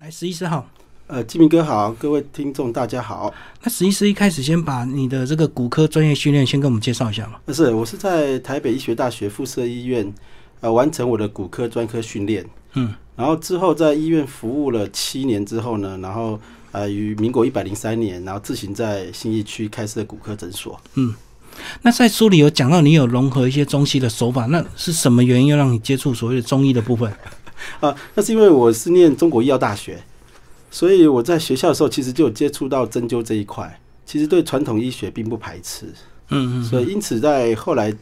来，石医师好。呃，基明哥好，各位听众大家好。那石医师一开始先把你的这个骨科专业训练先跟我们介绍一下嘛。呃，是我是在台北医学大学附设医院，呃，完成我的骨科专科训练。嗯，然后之后在医院服务了七年之后呢，然后呃，于民国一百零三年，然后自行在信义区开设骨科诊所。那在书里有讲到你有融合一些中西的手法，那是什么原因要让你接触所谓的中医的部分？啊、那是因为我是念中国医药大学，所以我在学校的时候其实就有接触到针灸这一块，其实对传统医学并不排斥。嗯嗯，所以因此在后来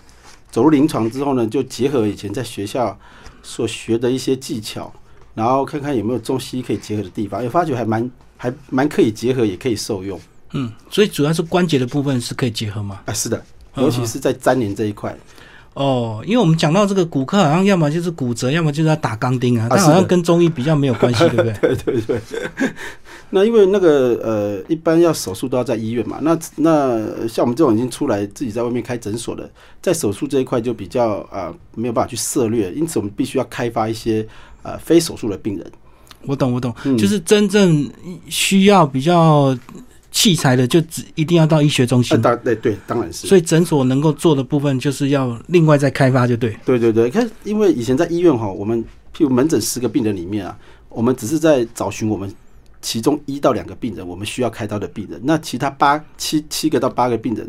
走入临床之后呢，就结合以前在学校所学的一些技巧，然后看看有没有中西医可以结合的地方，也发觉还蛮还蛮可以结合，也可以受用嗯，所以主要是关节的部分是可以结合嘛。啊。是的，尤其是在粘连这一 块，哦，因为我们讲到这个骨科，好像要么就是骨折，要么就是要打钢钉啊，啊但是好的像跟中医比较没有关系，对不 对？对对对。那因为那个呃，一般要手术都要在医院嘛，那那像我们这种已经出来自己在外面开诊所的，在手术这一块就比较啊、呃没有办法去涉略，因此我们必须要开发一些呃非手术的病人。我懂，我懂，嗯就是真正需要比较器材的，就只一定要到医学中呃，心。当对对，当然是。所以诊所能够做的部分，就是要另外再开发，就对。对对对，看，因为以前在医院哈，我们譬如门诊十个病人里面啊，我们只是在找寻我们其中一到两个病人我们需要开刀的病人，那其他八七七个到八个病人，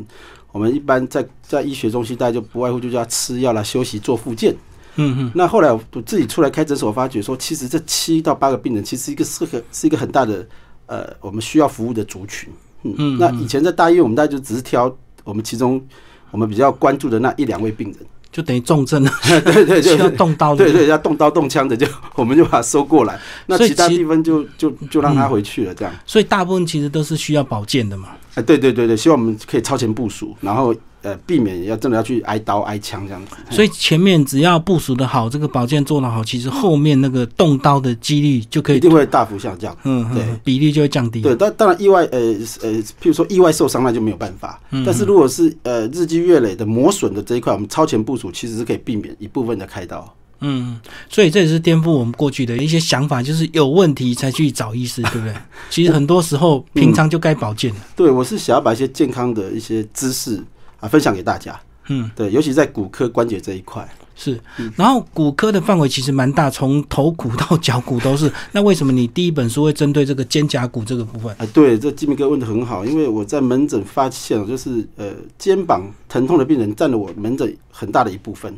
我们一般在在医学中心大家就不外乎就叫他吃药啦、休息、做复健。嗯嗯。那后来我自己出来开诊所，发觉说，其实这七到八个病人其实是一个是个是一个很大的呃，我们需要服务的族群。嗯嗯，那以前在大医院，我们大家就只是挑我们其中我们比较关注的那一两位病人。就等于重 症 了，对对对需，要动刀的。对对，要动刀动枪的就我们就把它收过来，那所以其他其地方就就就让他回去了，这样。所以大部分其实都是需要保健的嘛。哎，对对对对，希望我们可以超前部署，然后呃，避免要真的要去挨刀挨枪这样子。所以前面只要部署的好，这个保健做得好，其实后面那个动刀的几率就可一以，定会大幅下降。嗯，对嗯比例就会降低。对，但当然意外，呃呃，譬如说意外受伤，那就没有办法。嗯但是如果是呃日积月累的磨损的这一块，我们超前部署其实是可以避免一部分的开刀。嗯，所以这也是颠覆我们过去的一些想法，就是有问题才去找医师，对 不对？其实很多时候平常就该保健了。对我是想要把一些健康的一些知识啊分享给大家。嗯，对，尤其在骨科关节这一块。是，嗯然后骨科的范围其实蛮大，从头骨到脚骨都是。那为什么你第一本书会针对这个肩胛骨这个部分？啊，对，这基明哥问的很好，因为我在门诊发现，就是呃，肩膀疼痛的病人占了我门诊很大的一部分。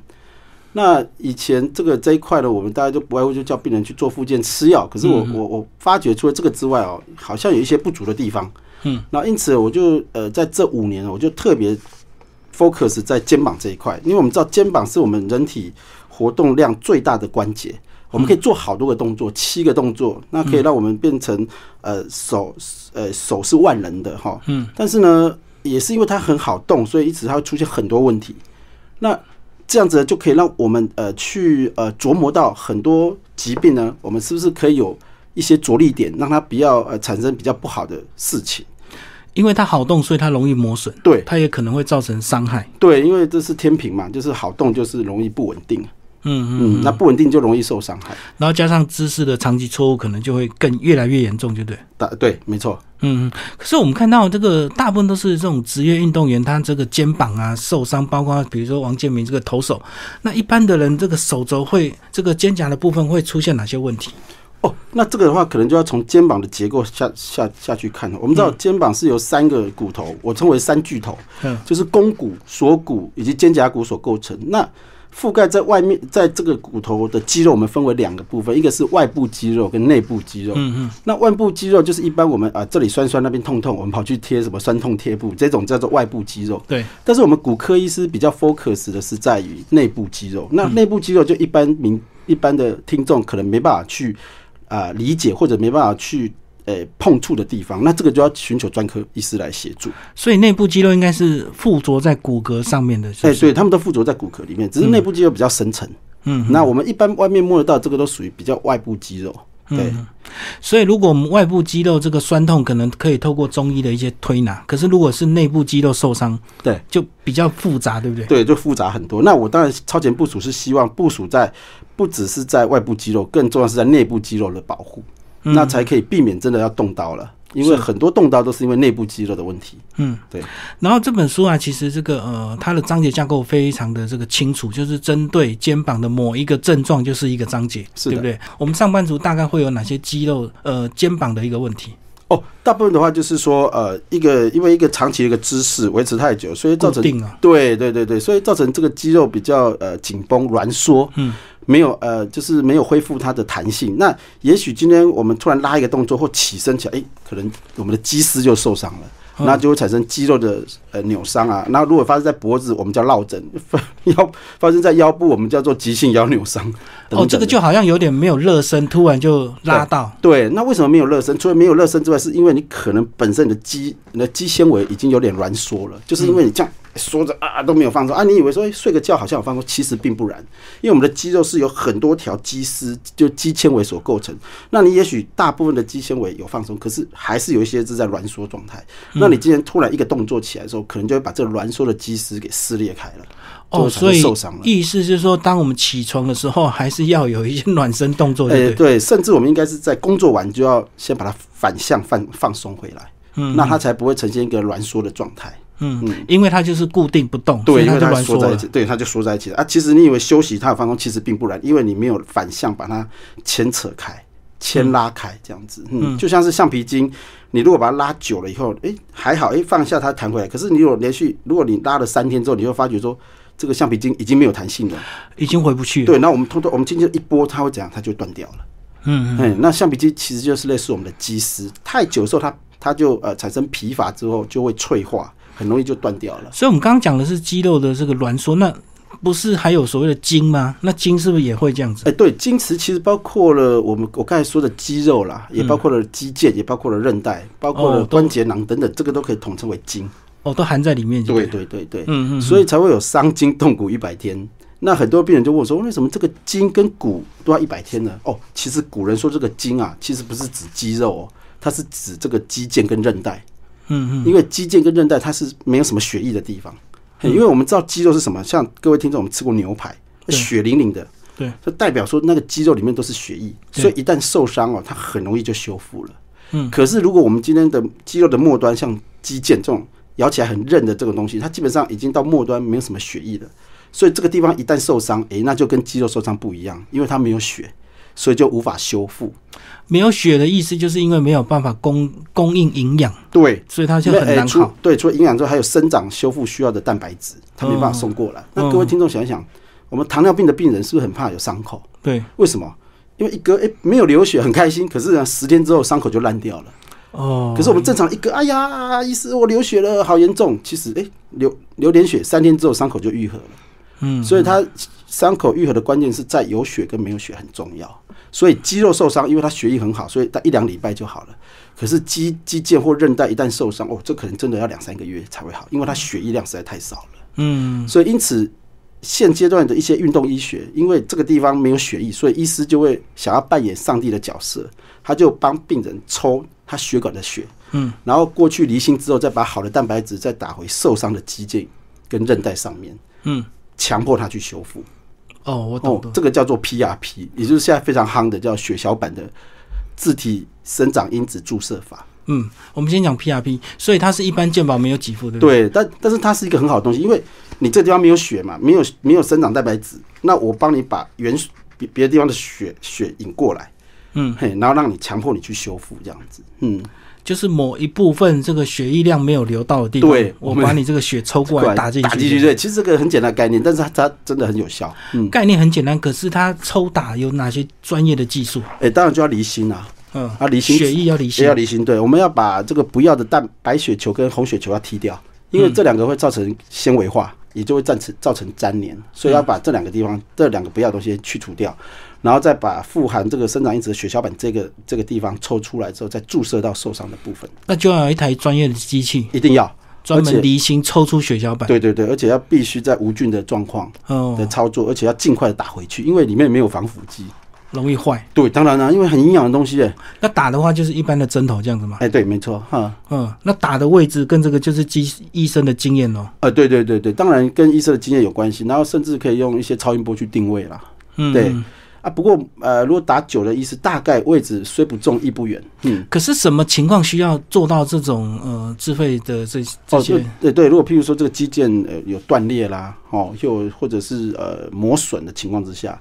那以前这个这一块呢，我们大家就不外乎就叫病人去做复健、吃药。可是嗯我、我我发觉除了这个之外哦，好像有一些不足的地方。嗯，那因此我就呃，在这五年我就特别 focus 在肩膀这一块，因为我们知道肩膀是我们人体活动量最大的关节，我们可以做好多个动作，七个动作，那可以让我们变成呃手呃手是万能的哈，嗯，但是呢，也是因为它很好动，所以一直它会出现很多问题。那这样子就可以让我们呃去呃琢磨到很多疾病呢，我们是不是可以有一些着力点，让它不要呃产生比较不好的事情？因为它好动，所以它容易磨损，对它也可能会造成伤害。对，因为这是天平嘛，就是好动就是容易不稳定，嗯嗯。嗯，那不稳定就容易受伤害。然后加上知识的长期错误，可能就会更越来越严重，就对。大对，没错，嗯，可是我们看到这个大部分都是这种职业运动员，他这个肩膀啊受伤，包括比如说王建民这个投手，那一般的人这个手肘会这个肩胛的部分会出现哪些问题？哦，那这个的话，可能就要从肩膀的结构下下下去看了。哦我们知道肩膀是由三个骨头，我称为三巨头，嗯就是肱骨、锁骨以及肩胛骨所构成。那覆盖在外面，在这个骨头的肌肉，我们分为两个部分，一个是外部肌肉跟内部肌肉。嗯嗯，那外部肌肉就是一般我们啊、这里酸酸那边痛痛，我们跑去贴什么酸痛贴布，这种叫做外部肌肉。对，但是我们骨科医师比较 focus 的是在于内部肌肉，嗯那内部肌肉就一般民一般的听众可能没办法去啊、呃理解或者没办法去呃碰触的地方，那这个就要寻求专科医师来协助。所以内部肌肉应该是附着在骨骼上面的，是哎、不是？所以他们都附着在骨骼里面，只是内部肌肉比较深层。嗯，那我们一般外面摸得到，这个都属于比较外部肌肉。嗯对，所以如果我们外部肌肉这个酸痛，可能可以透过中医的一些推拿，可是如果是内部肌肉受伤，对，就比较复杂，对不对？对，就复杂很多。那我当然超前部署是希望部署在不只是在外部肌肉，更重要是在内部肌肉的保护。嗯那才可以避免真的要动刀了。因为是很多动刀都是因为内部肌肉的问题。嗯，对。然后这本书啊，其实这个呃，它的章节架构非常的这个清楚，就是针对肩膀的某一个症状，就是一个章节，是对不的对？我们上班族大概会有哪些肌肉呃肩膀的一个问题？哦，大部分的话就是说，呃，一个因为一个长期的一个姿势维持太久，所以造固成定啊，对对对对，所以造成这个肌肉比较呃紧绷、挛缩，嗯，没有呃，就是没有恢复它的弹性。那也许今天我们突然拉一个动作或起身起来，哎，可能我们的肌丝就受伤了。嗯那就会产生肌肉的呃扭伤啊。那如果发生在脖子，我们叫落枕； 发腰发生在腰部，我们叫做急性腰扭伤。等哦，等这个的就好像有点没有热身，突然就拉到，对，那为什么没有热身？除了没有热身之外，是因为你可能本身你的肌、你的肌纤维已经有点挛缩了，就是因为你这样缩着啊都没有放松啊，你以为说、诶睡个觉好像有放松，其实并不然，因为我们的肌肉是由很多条肌丝就肌纤维所构成。那你也许大部分的肌纤维有放松，可是还是有一些是在挛缩状态。那你今天突然一个动作起来的时候，可能就会把这个挛缩的肌丝给撕裂开了，就哦，会产所生以受伤了。意思是说，当我们起床的时候，还是要有一些暖身动作，对诶，不对？呃哎对，甚至我们应该是在工作完就要先把它反向放放松回来，嗯那它才不会呈现一个挛缩的状态。嗯，因为它就是固定不动，所以因它为就它挛缩缩在一了。起，对，它就缩在一起了啊。其实你以为休息它有放松，其实并不然，因为你没有反向把它牵扯开、牵拉开这样子。嗯，就像是橡皮筋，你如果把它拉久了以后，诶，还好，诶，放下它弹回来。可是你有连续，如果你拉了三天之后，你会发觉说。这个橡皮筋已经没有弹性了，已经回不去了。对，那我们通通我们今天一拨，它会怎样？它就断掉了。嗯，嗯嗯，那橡皮筋其实就是类似我们的肌丝，太久的时候它它就呃产生疲乏之后就会脆化，很容易就断掉了。所以我们刚刚讲的是肌肉的这个挛缩，那不是还有所谓的筋吗？那筋是不是也会这样子？哎、对，筋弛其实包括了我们我刚才说的肌肉啦，也包括了肌腱，也包括了韧带，包括嗯哦了都关节囊等等，这个都可以统称为筋。哦，都含在里面。对，对对对，嗯嗯，所以才会有伤筋动骨一百天。那很多病人就问我说，为什么这个筋跟骨都要一百天呢？哦，其实古人说这个筋啊，其实不是指肌肉哦，它是指这个肌腱跟韧带。嗯嗯，因为肌腱跟韧带它是没有什么血液的地方，嗯因为我们知道肌肉是什么，像各位听众，我们吃过牛排，对血淋淋的，对，就代表说那个肌肉里面都是血液，对所以一旦受伤哦，它很容易就修复了。嗯可是如果我们今天的肌肉的末端像肌腱这种咬起来很韧的这种东西，它基本上已经到末端没有什么血液了，所以这个地方一旦受伤，诶，那就跟肌肉受伤不一样，因为它没有血，所以就无法修复。没有血的意思就是因为没有办法供供应营养，对，所以它就那很哎，难除好。对，除了营养之外，还有生长修复需要的蛋白质，它没办法嗯送过来。嗯那各位听众想一想，我们糖尿病的病人是不是很怕有伤口？对，为什么？因为一割哎、没有流血很开心，可是呢十天之后伤口就烂掉了。哦，可是我们正常一割，哎呀，医师我流血了，好严重。其实哎、流流点血三天之后伤口就愈合了。嗯，所以它伤口愈合的关键是在有血跟没有血很重要。所以肌肉受伤，因为它血液很好，所以它一两礼拜就好了。可是肌肌腱或韧带一旦受伤，哦，这可能真的要两三个月才会好，因为它血液量实在太少了。嗯所以因此，现阶段的一些运动医学，因为这个地方没有血液，所以医师就会想要扮演上帝的角色，他就帮病人抽他血管的血，嗯，然后过去离心之后，再把好的蛋白质再打回受伤的肌腱跟韧带上面，嗯，强迫他去修复。哦，我懂哦懂，。这个叫做 PRP，也就是现在非常夯的叫血小板的自体生长因子注射法。嗯，我们先讲 PRP，所以它是一般健保没有给付，对不对？对，但但是它是一个很好的东西，因为你这地方没有血嘛，没有没有生长蛋白质，那我帮你把原别别的地方的血血引过来，嗯，嘿，然后让你强迫你去修复这样子，嗯，就是某一部分这个血液量没有流到的地方，对我我们把你这个血抽过来打进去，打进去，对，其实这个很简单的概念，但是它它真的很有效，嗯，概念很简单，可是它抽打有哪些专业的技术？哎、当然就要离心啊，嗯，啊，离心血液要离心也要，离心，对，我们要把这个不要的蛋白血球跟红血球要踢掉，因为这两个会造成纤维化，也就会造成造成粘嗯连，所以要把这两个地方这两个不要的东西去除掉，然后再把富含这个生长因子的血小板这个这个地方抽出来之后，再注射到受伤的部分，那就要有一台专业的机器，一定要，专而且门离心抽出血小板。对对对，而且要必须在无菌的状况的哦，操作，而且要尽快的打回去，因为里面没有防腐剂。容易坏。对，当然啦、因为很营养的东西，哎、那打的话就是一般的针头这样子嘛。哎，对，没错，哈。嗯，那打的位置跟这个就是医医生的经验咯。呃，对对对对，当然跟医生的经验有关系，然后甚至可以用一些超音波去定位啦。嗯，对嗯啊。不过呃，如果打久的意思，大概位置虽不重亦不远。嗯，可是什么情况需要做到这种呃自费的这这哦，些对？对对，如果譬如说这个肌腱呃有断裂啦，哦，又或者是呃磨损的情况之下，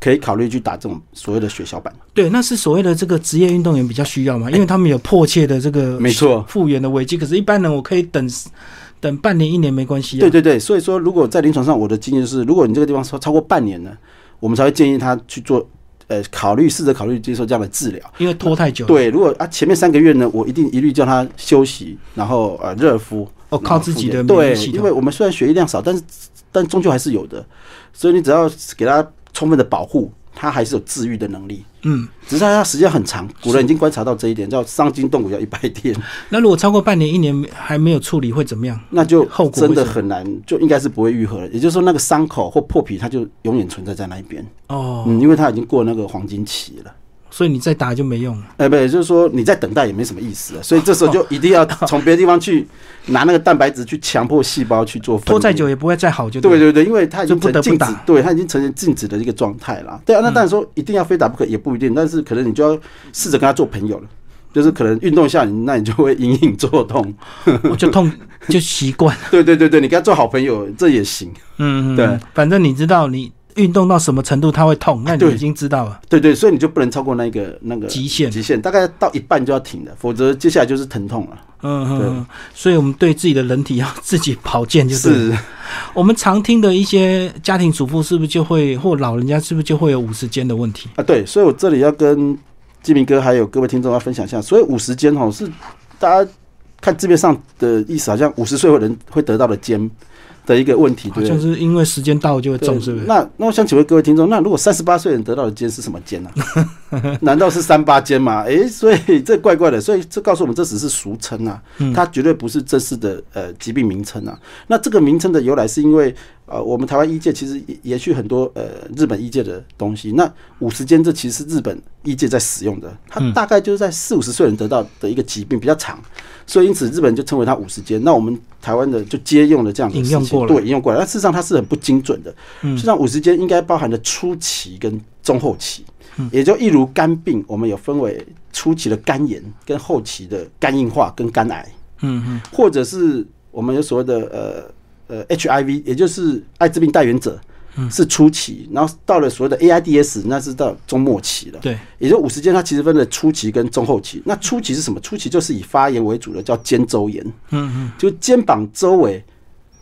可以考虑去打这种所谓的血小板。对，那是所谓的这个职业运动员比较需要嘛，因为他们有迫切的这个哎没错复原的危机。可是，一般人我可以等等半年一年没关系啊。对对对，所以说如果在临床上，我的经验就是，如果你这个地方超超过半年呢，我们才会建议他去做呃考虑，试着考虑接受这样的治疗。因为拖太久了。对，如果啊前面三个月呢，我一定一律叫他休息，然后呃热敷，哦，靠自己的免对疫，系因为统。我们虽然血液量少，但是但终究还是有的，所以你只要给他充分的保护，他还是有治愈的能力。嗯，只是他时间很长，古人已经观察到这一点，叫伤筋动骨要一百天， 那如果超过半年一年还没有处理会怎么样？那就 后果会真的是很难，就应该是不会愈合了。也就是说，那个伤口或破皮，它就永远存在在那一边。哦，嗯，因为它已经过那个黄金期了。所以你再打就没用了。哎、不，也就是说你在等待也没什么意思啊了，所以这时候就一定要哦从别的地方去拿那个蛋白质去强迫细胞去做分拖再解久也不会再好，就对对了。对对，因为它已经就不成得不静止打，嗯对，它已经成为静止的一个状态了。对啊，那当然说一定要非打不可也不一定，但是可能你就要试着跟他做朋友了，就是可能运动一下，你那你就会 隐隐作痛。 我就 痛就习惯。对对对对，你跟他做好朋友这也行。嗯，嗯对，嗯反正你知道你运动到什么程度它会痛，那你对已经知道了。对对，所以你就不能超过那个那个极限极限大概到一半就要停了，否则接下来就是疼痛了。嗯嗯嗯，所以我们对自己的人体要自己保健，就是了是，我们常听的一些家庭主妇是不是就会，或老人家是不是就会有五十肩的问题？啊，对，所以我这里要跟基明哥还有各位听众要分享一下，所以五十肩吼是大家看字面上的意思，好像五十岁的人会得到的肩的一个问题，好对不像对？是因为时间到就会对中，是不是？那那我想请问各位听众，那如果三十八岁人得到的肩是什么肩呢、啊 难道是三八肩吗？诶，所以这怪怪的，所以这告诉我们这只是俗称啊，嗯它绝对不是正式的呃疾病名称啊。那这个名称的由来是因为呃，我们台湾医界其实也延续很多呃日本医界的东西。那五十肩这其实是日本医界在使用的，它嗯大概就是在四五十岁人得到的一个疾病比较长，所以因此日本就称为它五十肩。那我们台湾的就接用了这样的引事用情过了对，引用过来。但事实上它是很不精准的，嗯实际上五十肩应该包含了初期跟中后期。也就一如肝病，我们有分为初期的肝炎跟后期的肝硬化跟肝癌。嗯嗯，或者是我们有所谓的呃呃 HIV，也就是艾滋病带源者，是初期，然后到了所谓的 AIDS，那是到中末期了。对，也就五十肩，它其实分了初期跟中后期。那初期是什么？初期就是以发炎为主的，叫肩周炎，嗯嗯，就肩膀周围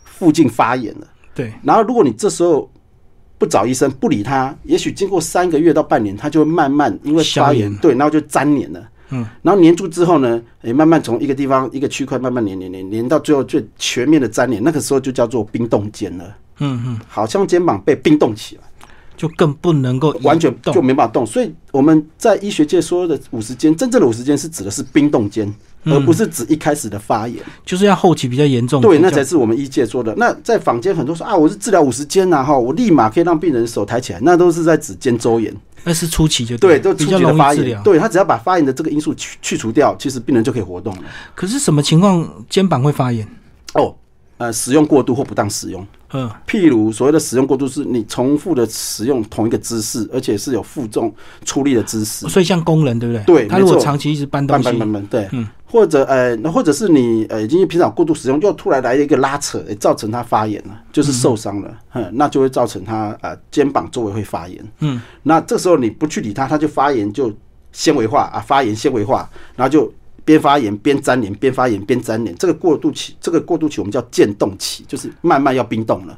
附近发炎了。对，然后如果你这时候不找医生，不理他，也许经过三个月到半年，它就会慢慢因为发消炎，炎对，然后就粘连了。嗯，然后粘住之后呢，诶，慢慢从一个地方一个区块慢慢粘粘粘粘到最后最全面的粘连，那个时候就叫做冰冻肩了，嗯嗯，好像肩膀被冰冻起来，就更不能够完全移就动。没办法动。所以我们在医学界说的五十肩，真正的五十肩是指的是冰冻肩，嗯而不是指一开始的发炎。就是要后期比较严重，对，比较那才是我们医界说的。那在坊间很多说啊，我是治疗五十肩呐，哈，我立马可以让病人手抬起来，那都是在指肩周 炎，那是初期就对，都比初较级的容发易治疗炎。。对他只要把发炎的这个因素去去除掉，其实病人就可以活动了。可是什么情况肩膀会发炎？哦，呃，使用过度或不当使用，嗯，譬如所谓的使用过度，是你重复的使用同一个姿势，而且是有负重出力的姿势。所以像工人对不对？对他如果没错长期一直搬东慢慢西慢，慢，对，嗯或者呃，那或者是你呃已经平常过度使用，又突然来一个拉扯，诶造成他发炎了，就是受伤了，嗯，那就会造成他呃肩膀周围会发炎，嗯，那这时候你不去理他，他就发炎就纤维化啊，发炎纤维化，然后就边发炎边粘连，边发炎边粘连，这个过渡期，这个过渡期我们叫渐冻期，就是慢慢要冰冻了。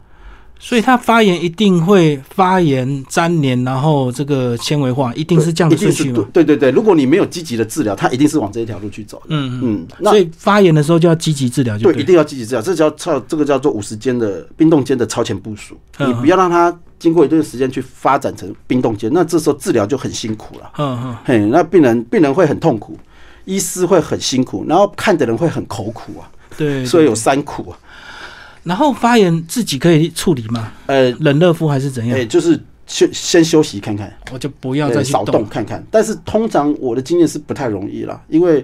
所以它发炎一定会发炎粘连，然后这个纤维化，一定是这样的一定顺是序对嘛？对对对，如果你没有积极的治疗，它一定是往这一条路去走的。嗯嗯，嗯，那所以发炎的时候就要积极治疗，就对，一定要积极治疗，这叫超，这个叫做五十肩的冰冻肩的超前部署，嗯你不要让它经过一段时间去发展成冰冻肩，那这时候治疗就很辛苦了，嗯嗯。嘿，那病人病人会很痛苦，医师会很辛苦，然后看的人会很口苦啊，对，所以对有三苦啊，然后发炎自己可以处理吗？呃，冷热敷还是怎样？哎，就是先先休息看看，我就不要再对去少动看看，但是通常我的经验是不太容易啦，因为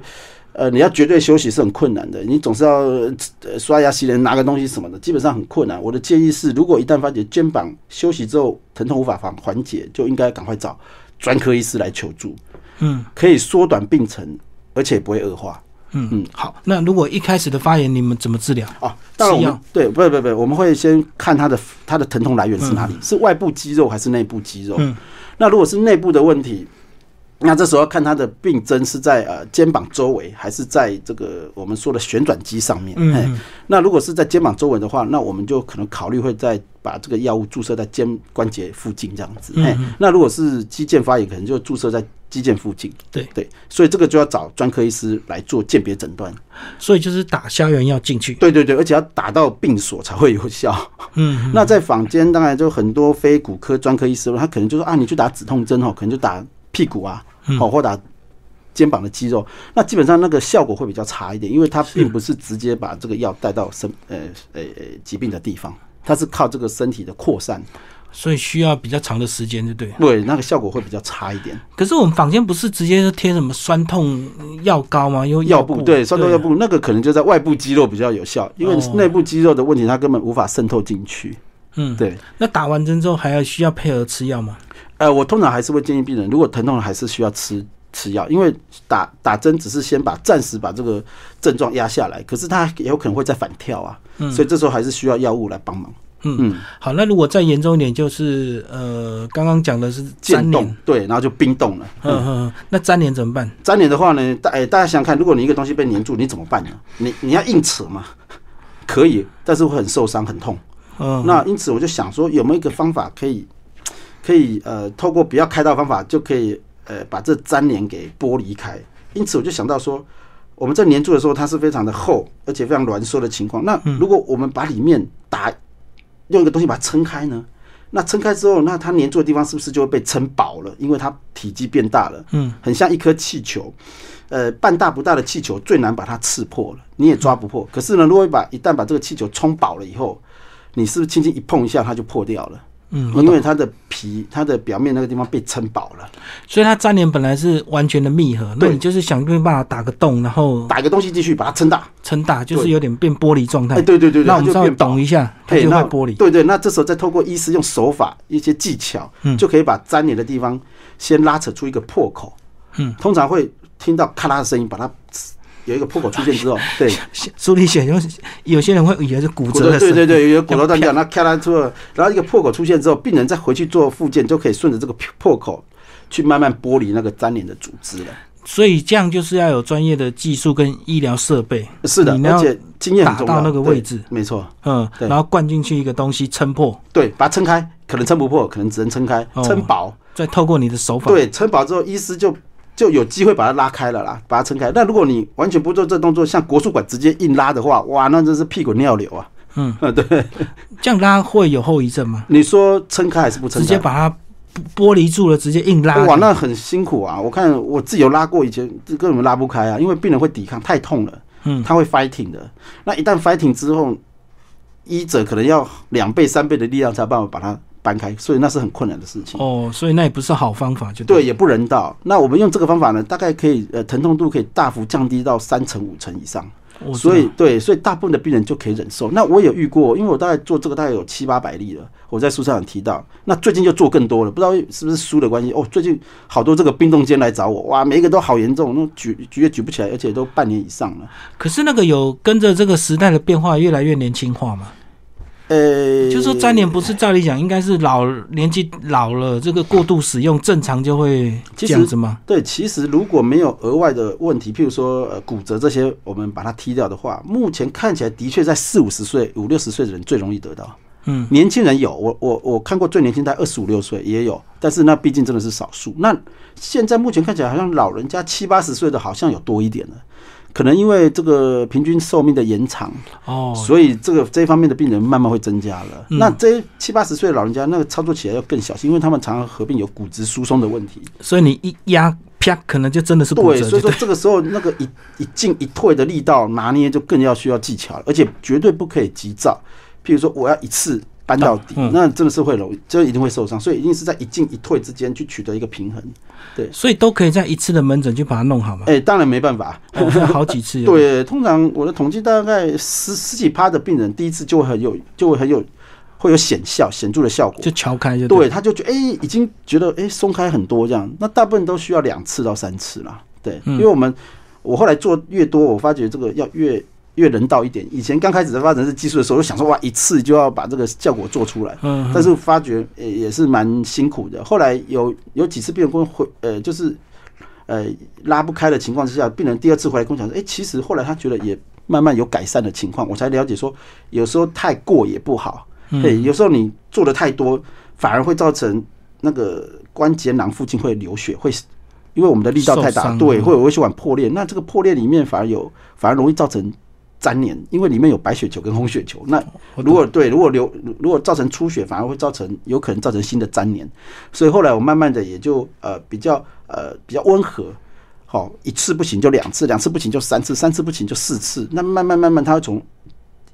呃，你要绝对休息是很困难的，你总是要呃刷牙、洗脸、拿个东西什么的，基本上很困难。我的建议是，如果一旦发觉肩膀休息之后疼痛无法缓缓解，就应该赶快找专科医师来求助，嗯可以缩短病程，而且不会恶化。嗯嗯好，那如果一开始的发炎，你们怎么治疗？哦，当然我是一们样对，不不不，我们会先看它的它的疼痛来源是哪里，是外部肌肉还是内部肌肉？嗯那如果是内部的问题，那这时候要看它的病征是在呃肩膀周围，还是在这个我们说的旋转肌上面？嗯嘿嗯那如果是在肩膀周围的话，那我们就可能考虑会再把这个药物注射在肩关节附近这样子。嗯嘿嗯那如果是肌腱发炎，可能就注射在肌腱附近。对对，所以这个就要找专科医师来做鉴别诊断。所以就是打消炎药进去。对对对，而且要打到病所才会有效。嗯， 那在坊间当然就很多非骨科专科医师，他可能就说啊，你去打止痛针哦，可能就打屁股啊，嗯哦或打肩膀的肌肉，那基本上那个效果会比较差一点，因为它并不是直接把这个药带到身呃呃呃疾病的地方，它是靠这个身体的扩散，所以需要比较长的时间，对不对？对那个效果会比较差一点。可是我们坊间不是直接就贴什么酸痛药膏吗？又药布对酸痛药啊布那个可能就在外部肌肉比较有效，因为哦内部肌肉的问题它根本无法渗透进去。嗯，对，那打完针之后还要需要配合吃药吗？呃，我通常还是会建议病人，如果疼痛还是需要吃吃药，因为打打针只是先把暂时把这个症状压下来，可是它也有可能会再反跳啊，嗯所以这时候还是需要药物来帮忙。嗯嗯，好，那如果再严重一点，就是呃，刚刚讲的是渐粘连冻，对，然后就冰冻了。嗯嗯，那粘连怎么办？粘连的话呢，大、哎大家想想看，如果你一个东西被粘住，你怎么办呢？你你要硬扯吗？可以，但是会很受伤，很痛。嗯，那因此我就想说，有没有一个方法可以，可以呃，透过不要开刀的方法就可以呃把这粘连给剥离开。因此我就想到说，我们在粘住的时候，它是非常的厚，而且非常挛缩的情况。那嗯如果我们把里面打用一个东西把它撑开呢？那撑开之后，那它粘住的地方是不是就会被撑薄了？因为它体积变大了，嗯，很像一颗气球，呃，半大不大的气球最难把它刺破了，你也抓不破。可是呢，如果把一旦把这个气球充饱了以后，你是不是轻轻一碰一下它就破掉了？嗯，因为它的皮，它的表面那个地方被撑饱了，所以它粘连本来是完全的密合，那对你就是想尽办法打个洞，然后打一个东西进去把它撑大。撑大，就是对有点变玻璃状态。哎，对对对对，那我它们就稍微变薄懂一下，它嘿就会那玻璃。对对，那这时候再透过医师用手法、一些技巧，嗯就可以把粘连的地方先拉扯出一个破口。嗯，通常会听到咔啦的声音，把它有一个破口出现 之后，对，苏立显有有些人会以为是骨骨折头的对声对音， 对，有骨头断掉，那咔啦出了，然后一个破口出现之后，病人再回去做复健，就可以顺着这个破口去慢慢剥离那个粘连的组织了。所以这样就是要有专业的技术跟医疗设备。是的你，要而且经验很重要。打到那个对位置没错，嗯，对然后灌进去一个东西撑破，对，把它撑开，可能撑不破，可能只能撑开哦，撑薄。再透过你的手法，对，撑饱之后，医师就就有机会把它拉开了啦，把它撑开。那如果你完全不做这动作，像国术馆直接硬拉的话，哇，那真是屁滚尿流啊！嗯，对，这样拉会有后遗症吗？你说撑开还是不撑直开？接把它剥玻璃住了，直接硬拉。哇，那很辛苦啊！我看我自己有拉过，以前这根本拉不开啊，因为病人会抵抗，太痛了，嗯他会 fighting 的。那一旦 fighting 之后，医者可能要两倍、三倍的力量才有办法把它搬开，所以那是很困难的事情。哦，所以那也不是好方法，就对，也不人道。那我们用这个方法呢，大概可以呃疼痛度可以大幅降低到三成五成以上，我知道所以对，所以大部分的病人就可以忍受。那我也有遇过，因为我大概做这个大概有七八百例了，我在书上有提到。那最近就做更多了，不知道是不是书的关系哦，最近好多这个冰冻间来找我，哇，每一个都好严重，那举举也举不起来，而且都半年以上了。可是那个有跟着这个时代的变化，越来越年轻化嘛。呃，就是说粘连不是照理讲应该是老年纪老了，这个过度使用正常就会这其实样子吗？对，其实如果没有额外的问题，譬如说呃骨折这些，我们把它踢掉的话，目前看起来的确在四五十岁、五六十岁的人最容易得到。嗯，年轻人有，我我我看过最年轻在二十五六岁也有，但是那毕竟真的是少数。那现在目前看起来好像老人家七八十岁的好像有多一点了，可能因为这个平均寿命的延长，哦，嗯所以这个这一方面的病人慢慢会增加了。那这七八十岁的老人家，那个操作起来要更小心，因为他们常常合并有骨质疏松的问题。所以你一压啪，可能就真的是骨对，折，所就以说对。这个时候那个一一进一退的力道拿捏就更要需要技巧了，而且绝对不可以急躁。譬如说，我要一次搬到底，嗯那真的是会容易，这一定会受伤，所以一定是在一进一退之间去取得一个平衡。嗯所以都可以在一次的门诊就把它弄好嘛。哎、当然没办法，哦那好几次有，哎对，通常我的统计大概十十几趴的病人第一次就会很有，就会很有，会有显效显著的效果。就敲开就对，。他就觉得哎、已经觉得哎、松开很多这样。那大部分都需要两次到三次啦。对，嗯因为我们我后来做越多，我发觉这个要越越人道一点。以前刚开始在发展是技术的时候，我想说哇，一次就要把这个效果做出来。嗯，但是发觉呃也是蛮辛苦的。后来有有几次病人跟我回呃就是呃拉不开的情况之下，病人第二次回来跟我讲说，哎、其实后来他觉得也慢慢有改善的情况，我才了解说有时候太过也不好，嗯对，有时候你做的太多反而会造成那个关节囊附近会流血，会因为我们的力道太受大，伤对，嗯会有微血管破裂，那这个破裂里面反而有反而容易造成。粘连，因为里面有白血球跟红血球，那哦我懂如果对，如果流，如果造成出血，反而会造成有可能造成新的粘连，所以后来我慢慢的也就呃比较呃比较温和，好、一次不行就两次，两次不行就三次，三次不行就四次，那慢慢慢慢它会从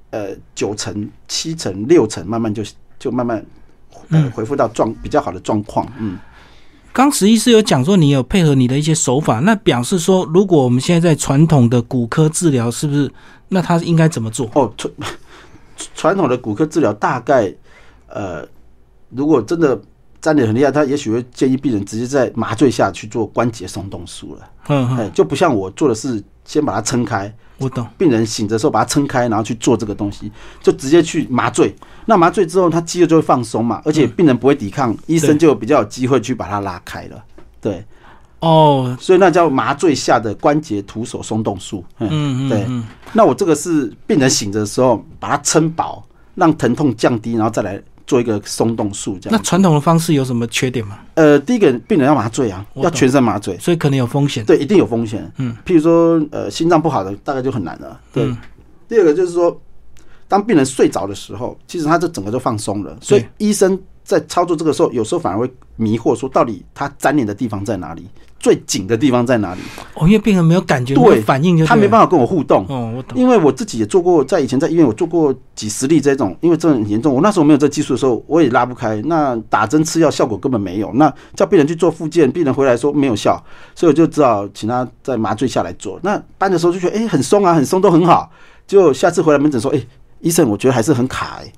呃九成、七成、六成慢慢就就慢慢呃嗯恢复到状比较好的状况，嗯，刚石医师有讲说，你有配合你的一些手法，那表示说，如果我们现在在传统的骨科治疗，是不是？那他应该怎么做？哦，传 传统的骨科治疗大概，呃，如果真的粘连很厉害，他也许会建议病人直接在麻醉下去做关节松动术了。嗯嗯，哎，就不像我做的是先把它撑开，我懂。病人醒着的时候把它撑开，然后去做这个东西，就直接去麻醉。那麻醉之后，他肌肉就会放松嘛，而且病人不会抵抗，医生就比较有机会去把它拉开了。对，哦，所以那叫麻醉下的关节徒手松动术。嗯，嗯嗯对嗯，那我这个是病人醒着的时候把它撑饱，让疼痛降低，然后再来做一个松动术这那样。传统的方式有什么缺点吗？呃，第一个病人要麻醉啊，我要懂全身麻醉。所以可能有风险。对，一定有风险。嗯，譬如说，呃，心脏不好的大概就很难了。对，嗯第二个就是说，当病人睡着的时候，其实他这整个就放松了，所以对医生在操作这个时候，有时候反而会迷惑，说到底他粘连的地方在哪里，最紧的地方在哪里，哦，因为病人没有感觉，对没嗯有反应就他没办法。法跟我互动。哦，我懂。因为我自己也做过，在以前在医院我做过几十例这种，因为这很严重。我那时候没有这技术的时候，我也拉不开。那打针吃药效果根本没有。那叫病人去做复健，病人回来说没有效，所以我就只好请他在麻醉下来做。那搬的时候就觉得哎、诶很松啊，很松都很好。就下次回来门诊说，哎、医生我觉得还是很卡、欸诶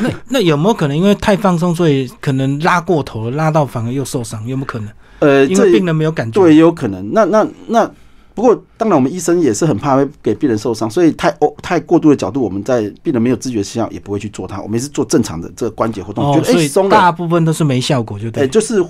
那那有没有可能因为太放松，所以可能拉过头了，拉到反而又受伤？有没有可能？呃，因这为病人没有感觉。对，也有可能。那那那，不过当然，我们医生也是很怕会给病人受伤，所以太哦太过度的角度，我们在病人没有知觉的情况下也不会去做它，我们也是做正常的这个关节活动，哦，觉得所哎以松了，大部分都是没效果，就哎对。就是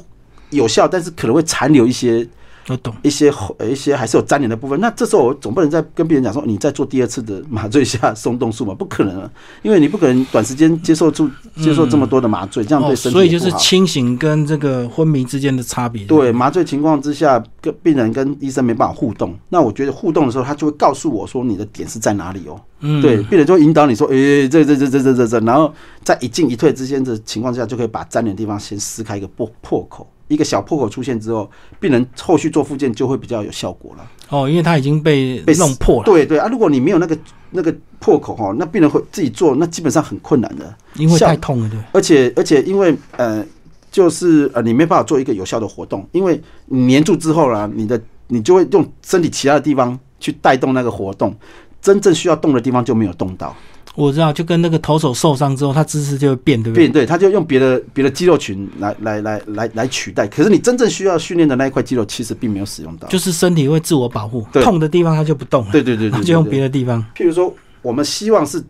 有效，但是可能会残留一些我懂。一些后呃一些还是有粘连的部分。那这时候我总不能再跟病人讲说哦你再做第二次的 麻醉下松动术嘛，不可能啊，因为你不可能短时间接受住接受这么多的麻醉，这样哦，对身体所以也就不是好。清醒跟这个昏迷之间的差别。对麻醉情况之下，跟病人跟医生没办法互动。那我觉得互动的时候，他就会告诉我说你的点是在哪里哦。嗯，对，病人就会引导你说，诶、这这这这这这这，然后在一进一退之间的情况之下，就可以把粘连的地方先撕开一个破破口，一个小破口出现之后，病人后续做复健就会比较有效果了。哦，因为它已经被被弄破了，对对啊，如果你没有那个那个破口哈，那病人会自己做，那基本上很困难的。因为像太痛了，对。而且而且因为呃，就是呃，你没办法做一个有效的活动，因为你粘住之后啦、你的你就会用身体其他的地方去带动那个活动，真正需要动的地方就没有动到，我知道，就跟那个投手受伤之后，他姿势就会变，对不对？变对，他就用别的别的肌肉群来来来来来取代，可是你真正需要训练的那一块肌肉其实并没有使用到，就是身体会自我保护，啊对痛的地方它就不动了，对对对对它对就用对别的地方。譬如说，我们希望是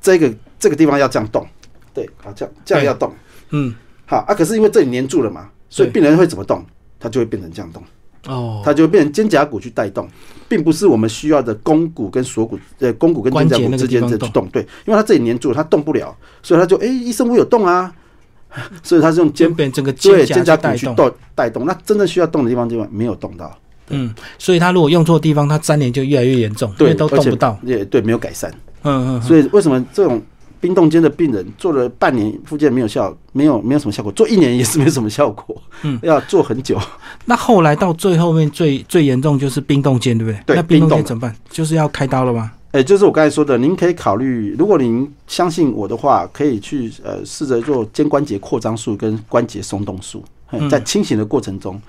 这个这个地方要这样动，对，好，这样这样要动，嗯，好啊，可是因为这里粘住了嘛，所以对病人会怎么动，他就会变成这样动。哦，它就会变成肩胛骨去带动，并不是我们需要的肱骨跟锁骨，呃，肱骨跟肩胛骨之间的去动。对，因为它这里粘住，它动不了，所以它就哎、医生我有动啊， 所以它是用肩肩边整个肩对胛肩去胛骨带去动。动带动。那真正需要动的地方，地方没有动到，嗯，所以他如果用错地方，他粘连就越来越严重，因对，为都而动且不到。也对，没有改善。嗯嗯嗯，所以为什么这种冰冻肩的病人做了半年复健没有效，没有没有什么效果，做一年也是没什么效果，嗯， 要做很久。那后来到最后面最最严重就是冰冻肩，对不对？对那冰冻肩冰冻怎么办？就是要开刀了吗？呃，就是我刚才说的，您可以考虑，如果您相信我的话，可以去呃试着做肩关节扩张术跟关节松动术，嘿嗯在清醒的过程中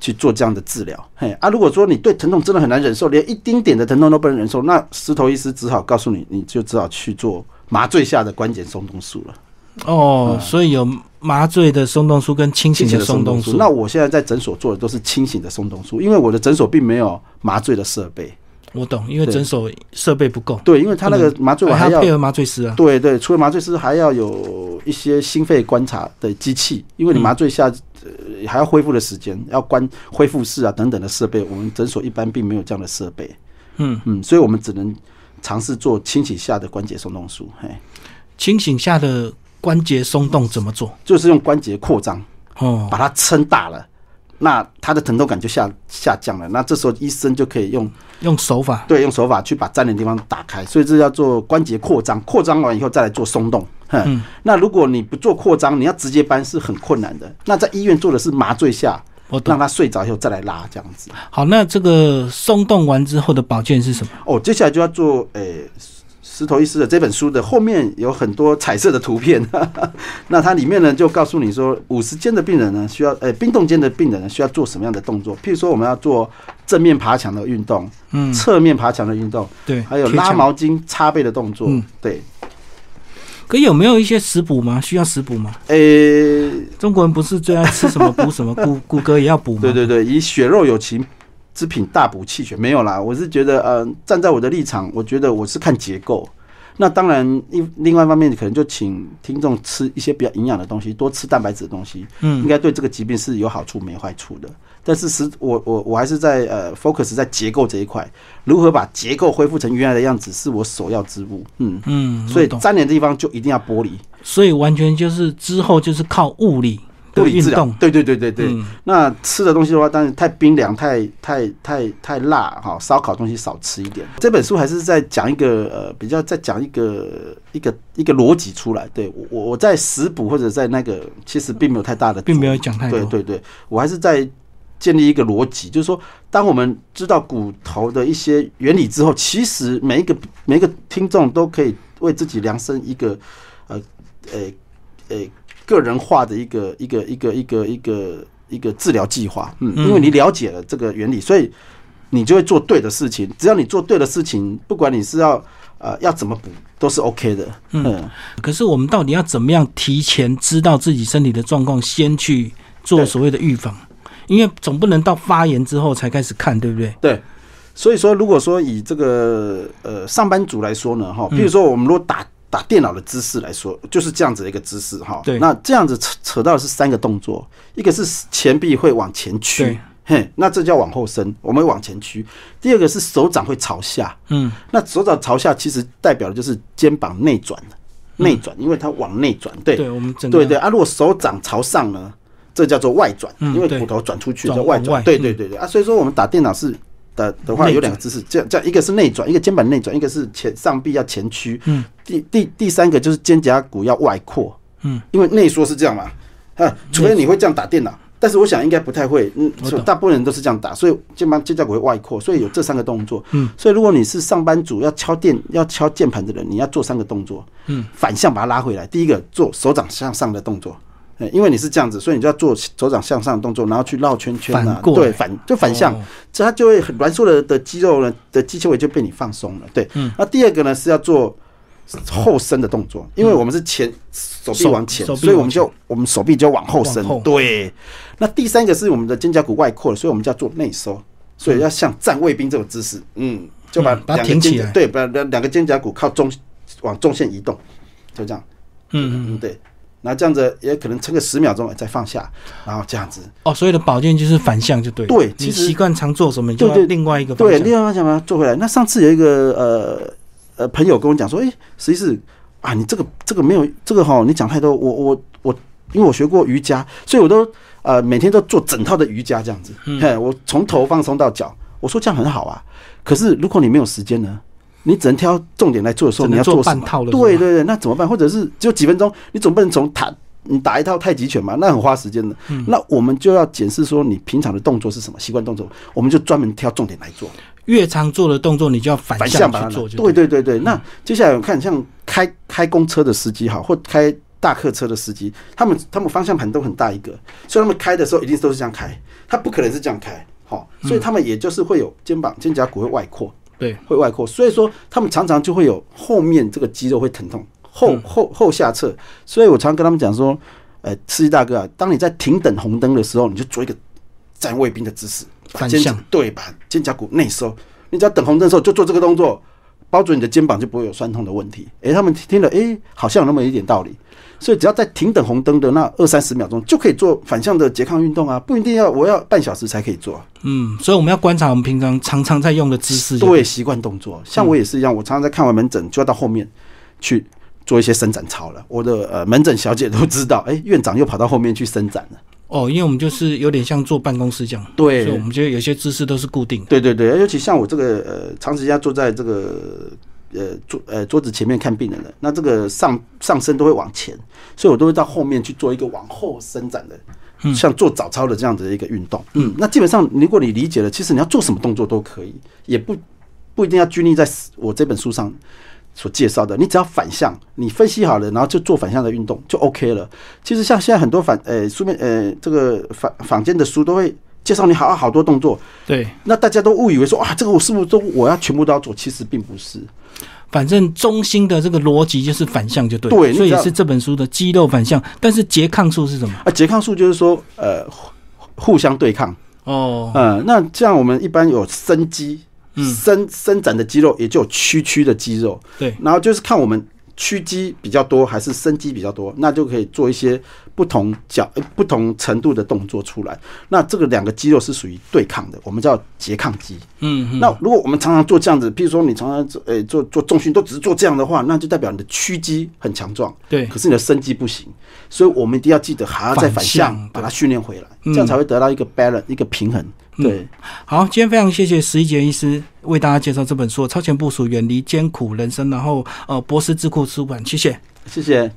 去做这样的治疗。嘿啊，如果说你对疼痛真的很难忍受，连一丁点的疼痛都不能忍受，那石头医师只好告诉你，你就只好去做麻醉下的关节松动术了。哦，所以有麻醉的松动术跟清醒的松动术。那我现在在诊所做的都是清醒的松动术，因为我的诊所并没有麻醉的设备。我懂，因为对诊所设备不够，对，因为他那个麻醉哎我还还要要配合麻醉师啊。对对，除了麻醉师，还要有一些心肺观察的机器，因为你嗯麻醉下、呃、还要恢复的时间，要关恢复室啊等等的设备，我们诊所一般并没有这样的设备，嗯，嗯，所以我们只能尝试做清洗下的关节松动术，嘿，清醒下的关节松动怎么做？就是用关节扩张哦，把它撑大了。那它的疼痛感就下下降了，那这时候医生就可以用用手法。对用手法去把粘连地方打开，所以这叫做关节扩张，扩张完以后再来做松动，哼，嗯，那如果你不做扩张，你要直接搬是很困难的。那在医院做的是麻醉下，我懂让。他睡着以后再来拉这样子。好，那这个松动完之后的保健是什么？哦，接下来就要做诶、石石头医师的这本书的后面有很多彩色的图片， 那它里面呢就告诉你说，五十肩的病人呢需要诶、冰冻肩的病人呢需要做什么样的动作，譬如说我们要做正面爬墙的运动，嗯，侧面爬墙的运动，对，还有贴拉墙。毛巾擦背的动作，嗯对。可有没有一些食补吗？需要食补吗？诶、中国人不是最爱吃什么补 什么，骨骨骼也要补吗？对对对，以血肉有情之品大补气血，没有啦。我是觉得，呃，站在我的立场，我觉得我是看结构。那当然，一另外一方面，可能就请听众吃一些比较营养的东西，多吃蛋白质的东西，应嗯，该对这个疾病是有好处没坏处的。但是实我我我还是在呃 focus 在结构这一块，如何把结构恢复成原来的样子，是我首要之务。嗯，嗯，所以我懂粘连的地方就一定要剥离，所以完全就是之后就是靠物理物的理运治疗动。。对对对对对。嗯那吃的东西的话，当然太冰凉、太太太太辣哈，烧烤东西少吃一点。这本书还是在讲一个呃，比较在讲一个呃一个一个逻辑出来。对我我我在食补或者在那个，其实并没有太大的，并没有讲太多。对对对，我还是在建立一个逻辑，就是说，当我们知道骨头的一些原理之后，其实每一个每一个听众都可以为自己量身一个呃呃呃个人化的一个一个一个一个一个一个治疗计划。嗯，嗯因为你了解了这个原理，所以你就会做对的事情。只要你做对的事情，不管你是要呃要怎么补，都是 OK 的。嗯嗯可是我们到底要怎么样提前知道自己身体的状况，先去做对所谓的预防？因为总不能到发炎之后才开始看，对不对？对，所以说如果说以这个呃上班族来说呢，哈，嗯譬如说我们如果打打电脑的姿势来说，就是这样子的一个姿势哈。对那这样子扯扯到的是三个动作，一个是前臂会往前对屈，嘿，那这叫往后伸，我们会往前屈。第二个是手掌会朝下，嗯，那手掌朝下其实代表的就是肩膀内转内转，因为它往内转，对。嗯对，我们整个对对啊，如果手掌朝上呢，这叫做外转，嗯因为对骨头转出去转叫外往外嗯转。对对对对啊，所以说我们打电脑是的的话内转有两个姿势，这样这样一个是内转，一个肩膀内转，一个是前上臂要前屈。嗯，第第第三个就是肩胛骨要外扩。嗯，因为内缩是这样嘛，啊，除非你会这样打电脑。但是我想应该不太会，嗯我懂，大部分人都是这样打，所以肩膀肩胛骨会外扩，所以有这三个动作。嗯，所以如果你是上班族要敲电要敲键盘的人，你要做三个动作。嗯，反向把它拉回来。第一个做手掌向上的动作，呃因为你是这样子，所以你就要做手掌向上的动作，然后去绕圈圈啊反，过来对，反就反向哦，这它就会很挛缩的的肌肉呢的肌纤维就被你放松了。对，嗯那第二个呢是要做后伸的动作，因为我们是前手臂手往前，嗯手臂所以我往们就我们手臂就往后伸往后。对，那第三个是我们的肩胛骨外扩，所以我们叫做内收，所以要像站卫兵这种姿势，嗯，就把嗯把它两个挺起肩来胛对，把两两个肩胛骨靠中往中线移动，就这样。嗯嗯，嗯，对。然后这样子也可能撑个十秒钟再放下，然后这样子。哦，所谓的保健就是反向就对了。对你其实习惯常做什么，你就对要对另外一个方对，向。另外一方向把它做回来。那上次有一个呃呃朋友跟我讲说，诶，实际是啊，你这个这个没有这个哈，你讲太多。我我我，因为我学过瑜伽，所以我都呃每天都做整套的瑜伽这样子。嗯嘿，我从头放松到脚。我说这样很好啊，可是如果你没有时间呢？你只能挑重点来做的时候，只能你要做做什半么？套了是对吗对对，那怎么办？或者是只有几分钟，你总不能从躺你打一套太极拳嘛，那很花时间的。嗯那我们就要检视说，你平常的动作是什么习惯动作，我们就专门挑重点来做，越常做的动作，你就要反反向把它去拿做就嗯对对对对。那接下来我看，像开开公车的司机好，或开大客车的司机，他们他们方向盘都很大一个，所以他们开的时候一定都是这样开，他不可能是这样开。好，所嗯以他们也就是会有肩膀、肩胛骨会外扩，对，会外扩，所以说他们常常就会有后面这个肌肉会疼痛，后嗯后后下侧。所以我常跟他们讲说，呃，司机大哥啊，当你在停等红灯的时候，你就做一个站卫兵的姿势，把反肩向对，把肩胛骨内收。你只要等红灯的时候就做这个动作，包准你的肩膀就不会有酸痛的问题。诶、他们听了，诶、好像有那么一点道理。所以只要在停等红灯的那二三十秒钟，就可以做反向的拮抗运动啊，不一定要我要半小时才可以做啊、嗯，所以我们要观察我们平常常常在用的姿势，，对，习惯动作。像我也是一样，我常常在看完门诊就要到后面去做一些伸展操了。我的呃门诊小姐都知道，哎、院长又跑到后面去伸展了。哦，因为我们就是有点像坐办公室这样，所以我对，们觉得有些姿势都是固定的，对对对，尤其像我这个呃长时间坐在这个。呃桌呃桌子前面看病人的，那这个上上身都会往前，所以我都会到后面去做一个往后伸展的，像做早操的这样子的一个运动。嗯，那基本上如果你理解了，其实你要做什么动作都可以，也不不一定要拘泥在我这本书上所介绍的，你只要反向，你分析好了，然后就做反向的运动就 OK 了。其实像现在很多反呃书面呃这个坊坊间的书都会介绍你好好多动作，对，那大家都误以为说啊，这个我是不是都我要全部都要做？其实并不是。反正中心的这个逻辑就是反向就对，对你所以知道是这本书的肌肉反向，但是拮抗术是什么？啊，拮抗术就是说，呃，互互相对抗。哦，嗯、那像我们一般有伸肌，嗯伸伸展的肌肉，也就有屈曲的肌肉。对，然后就是看我们屈肌比较多还是伸肌比较多，那就可以做一些不同角、呃不同程度的动作出来。那这个两个肌肉是属于对抗的，我们叫拮抗肌。嗯嗯，那如果我们常常做这样子，譬如说你常常做，诶、做做重训都只是做这样的话，那就代表你的屈肌很强壮，对，可是你的伸肌不行，所以我们一定要记得还要再反反向向对把它训练回来，嗯这样才会得到一个 balance 一个平衡。对，好，今天非常谢谢石一杰医师为大家介绍这本书《超前部署，远离艰苦人生》，然后呃，博士智库出版，谢谢。谢谢。